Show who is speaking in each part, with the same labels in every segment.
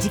Speaker 1: 時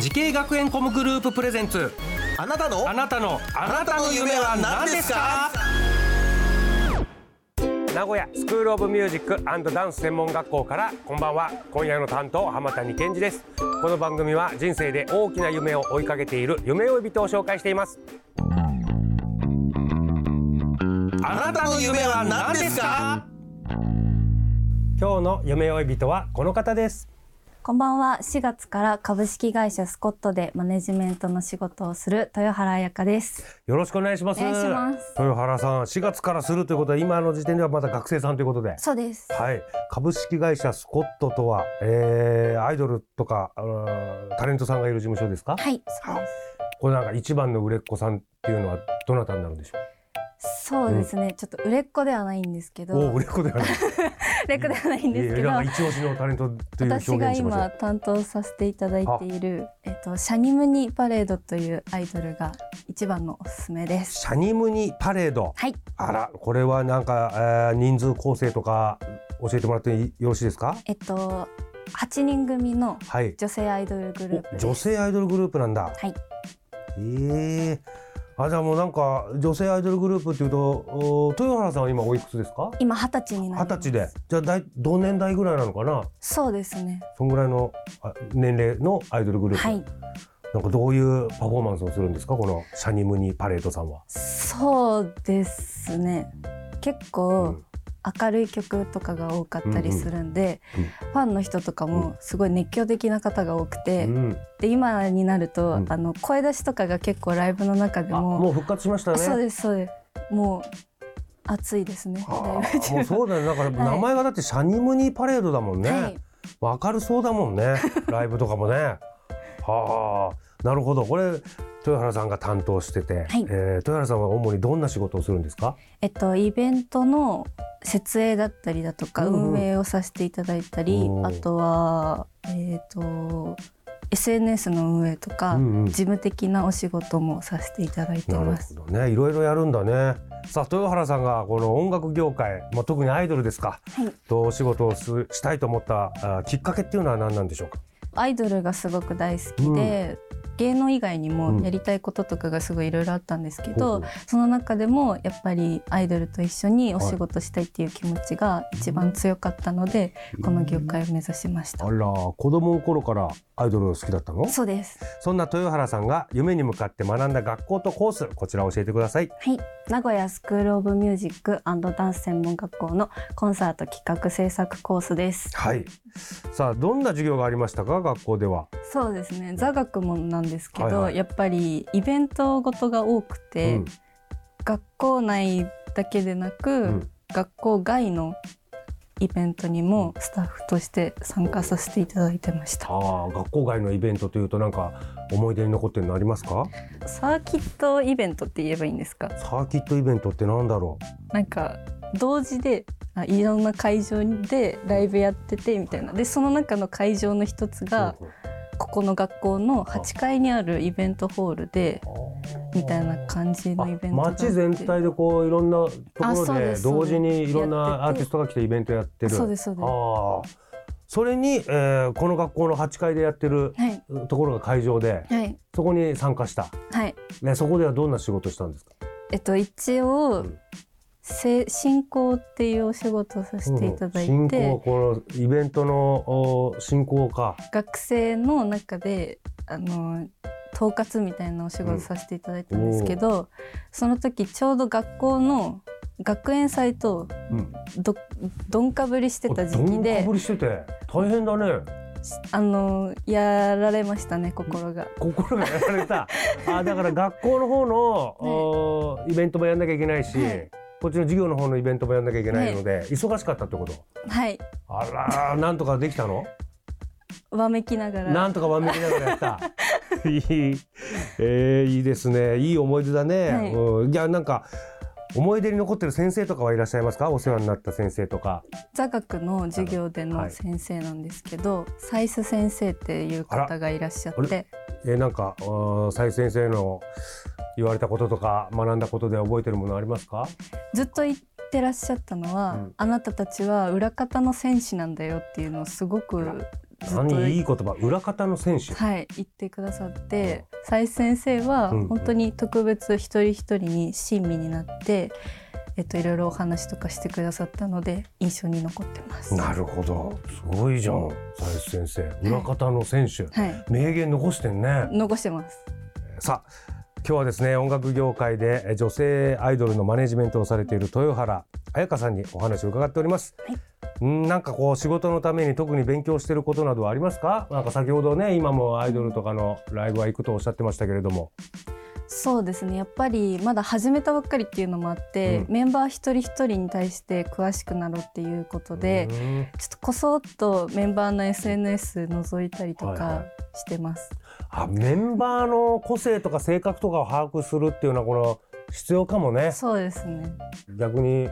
Speaker 2: 時系学園コムグループプレゼンツ
Speaker 3: あなたの
Speaker 2: あなたのあなたの夢は何ですか名古屋スクールオブミュージックダンス専門学校からこんばんは今夜の担当浜谷健二ですこの番組は人生で大きな夢を追いかけている夢追い人を紹介しています
Speaker 3: あなたの夢は何ですか
Speaker 2: 今日の夢追い人はこの方です
Speaker 4: こんばんは。4月から株式会社スコットでマネジメントの仕事をする豊原彩香です。
Speaker 2: よろしくお願いします
Speaker 4: お願いします
Speaker 2: 豊原さん4月からするということは今の時点ではまだ学生さんということで
Speaker 4: そうです。
Speaker 2: はい、株式会社スコットとは、えーアイドルとか、あのータレントさんがいる事務所ですか、
Speaker 4: はい、そうで
Speaker 2: これなんか一番の売れっ子さんっていうのはどなたになるんでしょ
Speaker 4: す。そうですね。ちょっと売れっ子ではないんですけ
Speaker 2: う
Speaker 4: ど、
Speaker 2: おー売
Speaker 4: 売
Speaker 2: れっ子ではない
Speaker 4: れっ子ではないんですけ
Speaker 2: い
Speaker 4: ど
Speaker 2: や、なんか一押しのタレントという表現
Speaker 4: 私が
Speaker 2: しましょ
Speaker 4: 今
Speaker 2: う
Speaker 4: 担当させていただいている、えっと、シャニムニパレードというアイドルが一番のおすすめです。
Speaker 2: シャニムニパレード
Speaker 4: はい、
Speaker 2: あらこれはなんか、えー人数構成とか教えてもらっていよろしいですか
Speaker 4: えっと、8人組の
Speaker 2: はい
Speaker 4: 女性アイドルグループ
Speaker 2: お
Speaker 4: です。
Speaker 2: 女性アイドルグループなんだ
Speaker 4: はい
Speaker 2: ええあじゃあもうなんか女性アイドルグループっていうとお豊原さんは今おいくつですか
Speaker 4: 今20歳になり
Speaker 2: 二
Speaker 4: ます。
Speaker 2: 十歳で。じゃあ大同年代ぐらいなのかな
Speaker 4: そうですね。
Speaker 2: そんぐらいのあ年齢のアイドルグループ、
Speaker 4: はい。
Speaker 2: なんかどういうパフォーマンスをするんですかこのシャニムニパレードさんは
Speaker 4: そうですね結構明るい曲とかが多かったりするんで、
Speaker 2: うんうん
Speaker 4: ファンの人とかもすごい熱狂的な方が多く
Speaker 2: う
Speaker 4: て、
Speaker 2: ん、
Speaker 4: で今になると、
Speaker 2: うん
Speaker 4: あの声出しとかが結構ライブの中で
Speaker 2: あ
Speaker 4: も
Speaker 2: もう復活しましたね
Speaker 4: そうですそうですもう熱いですね
Speaker 2: あ
Speaker 4: ライブ
Speaker 2: ーもうそうだよねだから
Speaker 4: はい
Speaker 2: 名前がだってシャニムニパレードだもんね、
Speaker 4: はい
Speaker 2: わかるそうだも んねライブとかもねはあなるほどこれ豊原さんが担当して
Speaker 4: は
Speaker 2: て、
Speaker 4: い
Speaker 2: えー豊原さんは主にどんな仕事をするんですか
Speaker 4: えっとイベントの設営だったりだとか、
Speaker 2: うんうん
Speaker 4: 運営をさせていただいたり、
Speaker 2: おー
Speaker 4: あとはえっ、と SNS の運営とか、
Speaker 2: うんうん
Speaker 4: 事務的なお仕事もさせていただいて
Speaker 2: なる
Speaker 4: ます。
Speaker 2: ほどねいろいろやるんだねさあ豊原さんがこの音楽業界、まあ、特にアイドルですか、
Speaker 4: はい
Speaker 2: とお仕事をすしたいと思ったあきっかけっていうのは何なんでしょうか
Speaker 4: アイドルがすごく大好きで、芸能以外に
Speaker 2: う
Speaker 4: も
Speaker 2: ん
Speaker 4: やりたいこととかがすごいいろいろあったんですけど、
Speaker 2: ほうほう
Speaker 4: その中でもやっぱりアイドルと一緒にお仕事したいっていう気持ちが一番強かったので、この業界を目指しました。
Speaker 2: あら子供の頃からアイドルが好きだったの
Speaker 4: そうです。
Speaker 2: そんな豊原さんが夢に向かって学んだ学校とコースこちら教えてください
Speaker 4: はい、名古屋スクールオブミュージックダンス専門学校のコンサート企画制作コースです。
Speaker 2: はいさあどんな授業がありましたか学校では
Speaker 4: そうですね。座学もなんですけど、
Speaker 2: はいはい
Speaker 4: やっぱりイベントごとが多くて、
Speaker 2: うん
Speaker 4: 学校内だけでなく、
Speaker 2: ん
Speaker 4: 学校外のイベントにもスタッフとして参加させていただいてました。
Speaker 2: ああ学校外のイベントというとなんか思い出に残ってるのありますか
Speaker 4: サーキットイベントって言えばいいんですか？
Speaker 2: サーキットイベントってなんだろう
Speaker 4: なんか同時であいろんな会場でライブやっててみたいなでその中の会場の一つが
Speaker 2: ほう
Speaker 4: ここの学校の8階にあるイベントホールで
Speaker 2: ほう
Speaker 4: みたいな感じのイベントがあ
Speaker 2: あ
Speaker 4: って
Speaker 2: 街全体でこういろんなと
Speaker 4: あ
Speaker 2: こ
Speaker 4: そ
Speaker 2: ろ
Speaker 4: う
Speaker 2: で
Speaker 4: です
Speaker 2: 同時に
Speaker 4: そうです
Speaker 2: いろ
Speaker 4: やって
Speaker 2: んな
Speaker 4: て
Speaker 2: アーティストが来てイベントやってる
Speaker 4: そうですそうです
Speaker 2: ああそれに、えーこの学校の8階でやってる
Speaker 4: はい
Speaker 2: ところが会場で
Speaker 4: はい
Speaker 2: そこに参加した、
Speaker 4: はい
Speaker 2: ね、そこではどんな仕事したんですか
Speaker 4: えっと一
Speaker 2: う
Speaker 4: 応
Speaker 2: ん
Speaker 4: せ進行っていうお仕事をさせていただい
Speaker 2: うん進行
Speaker 4: て
Speaker 2: このイベントのお進行か
Speaker 4: 学生の中であの統括みたいなお仕事させていただいたんですけどその時ちょうど学校の学園祭と
Speaker 2: うん
Speaker 4: どどんかぶりしてた時期
Speaker 2: どんか
Speaker 4: で
Speaker 2: ぶりしてて大変だね
Speaker 4: あのやられましたね心が。
Speaker 2: 心がやら れたあだから学校の方の、おイベントもやんなきゃいけないし、
Speaker 4: はい
Speaker 2: こっちの授業の方のイベントもやんなきゃいけないので、忙しかったってこと
Speaker 4: はい
Speaker 2: あらーなんとかできたの
Speaker 4: わめきながら
Speaker 2: なんとかわめきながら やった。いい、えー、いいですね。いい思い出だね。
Speaker 4: はい
Speaker 2: うん、いや、なんか。思い出に残ってる先生とかはいらっしゃいますか。お世話になった先生とか。
Speaker 4: 座学の授業で
Speaker 2: は
Speaker 4: の
Speaker 2: い
Speaker 4: 先生なんですけど、サイス先生っていう方がいらっしゃ
Speaker 2: あ
Speaker 4: っ
Speaker 2: ら
Speaker 4: て
Speaker 2: えー、なんか、うん斉先生の。言われたこととか、学んだことで覚えてるものありますか。
Speaker 4: ずっと言ってらっしゃったのは、
Speaker 2: うん
Speaker 4: あなたたちは裏方の戦士なんだよっていうのをすごくずっと
Speaker 2: 何いい言葉、裏方の選手。
Speaker 4: はい、言ってくださって斉先生は
Speaker 2: うん
Speaker 4: 本当に特別一人一人に親身になって、えっと、いろいろお話とかしてくださったので印象に残ってます。
Speaker 2: なるほど。すごいじゃん。斉先生、裏方の選手。
Speaker 4: はい、
Speaker 2: 名言残してんね。
Speaker 4: 残してます。
Speaker 2: さあ今日はですね音楽業界でえ女性アイドルのマネジメントをされている豊原彩香さんにお話を伺っております。うんなんかこう仕事のために特に勉強していることなどはありますかなんか先ほどね今もアイドルとかのライブは行くとおっしゃってましたけれども
Speaker 4: そうですねやっぱりまだ始めたばっかりっていうのもあって、
Speaker 2: うん
Speaker 4: メンバー一人一人に対して詳しくなろうっていうことで、
Speaker 2: う
Speaker 4: ちょ
Speaker 2: ん
Speaker 4: っとこそっとメンバーの SNS 覗いたりと
Speaker 2: はいは
Speaker 4: かしてます。
Speaker 2: あメンバーの個性とか性格とかを把握するっていうのはこの必要かもね
Speaker 4: そうですね
Speaker 2: 逆に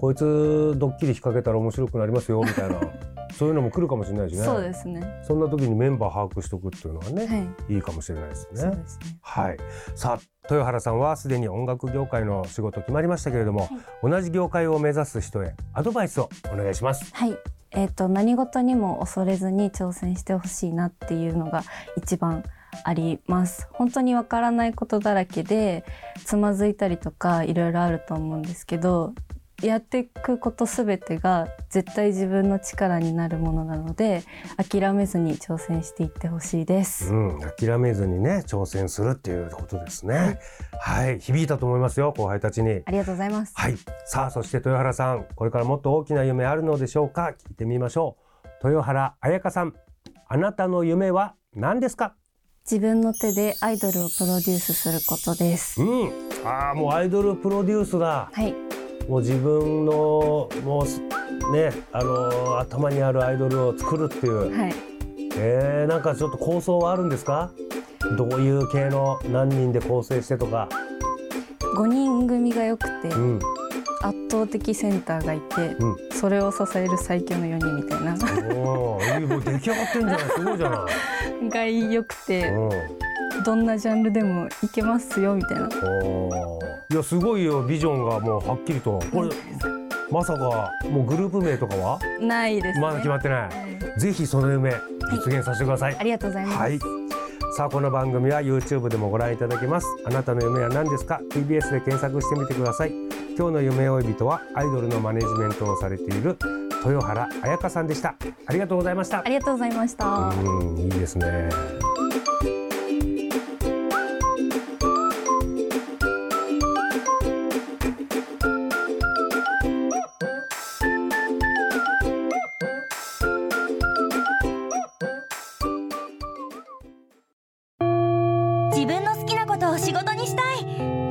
Speaker 2: こいつドッキリ引っ掛けたら面白くなりますよみたいな そういうのも来るかもしれないしね
Speaker 4: そうですね。
Speaker 2: そんな時にメンバー把握しておくっていうのはね、
Speaker 4: はい、
Speaker 2: いいかもしれないです
Speaker 4: そう
Speaker 2: ね。
Speaker 4: ですね。
Speaker 2: はい、さあ豊原さんはすでに音楽業界の仕事決まりましたけれども、同じ業界を目指す人へアドバイスをお願いします。
Speaker 5: はい、えー、と何事にも恐れずに挑戦してほしいなっていうのが一番あります本当にわからないことだらけでつまずいたりとかいろいろあると思うんですけどやっていくことすべてが絶対自分の力になるものなので諦めずに挑戦していってほしいです。
Speaker 2: うん、諦めずにね挑戦するっていうことですね。はい、響いたと思いますよ後輩たちに。
Speaker 5: ありがとうございます。
Speaker 2: はい、さあそして豊原さんこれからもっと大きな夢あるのでしょうか聞いてみましょう。豊原彩香さんあなたの夢は何ですか
Speaker 5: 自分の手でアイドルをプロデュースすることです。
Speaker 2: うん、ああもうアイドルプロデュースだ。
Speaker 5: はい、
Speaker 2: もう自分のもうすねあのー頭にあるアイドルを作るっていう、
Speaker 5: はい、
Speaker 2: えー、なんかちょっと構想はあるんですかどういう系の何人で構成してとか、
Speaker 4: 5人組が良くて、
Speaker 2: うん、
Speaker 4: 圧倒的センターがいて、
Speaker 2: うん
Speaker 4: それを支える最強の4人みたいな
Speaker 2: おーいいもう出来上がってん じゃないすごいじゃな
Speaker 4: が良くて
Speaker 2: い、うん、
Speaker 4: どんなジャンルでもいけますよみたいな
Speaker 2: おーいやすごいよビジョンがもうはっきりとこれまさかもうグループ名とかは
Speaker 4: ないですね、
Speaker 2: まだ決まってな
Speaker 4: はい
Speaker 2: いぜひその夢実現させてください
Speaker 5: ありがとうございます。
Speaker 2: はい。さあこの番組は YouTube でもご覧いただけます。あなたの夢は何ですか ?TBS で検索してみてください。今日の夢追い人はアイドルのマネジメントをされている豊原彩香さんでした。ありがとうございました
Speaker 5: あ。りがとうございました。
Speaker 2: うん、いいですね。
Speaker 6: 自分の好きなことを仕事にしたい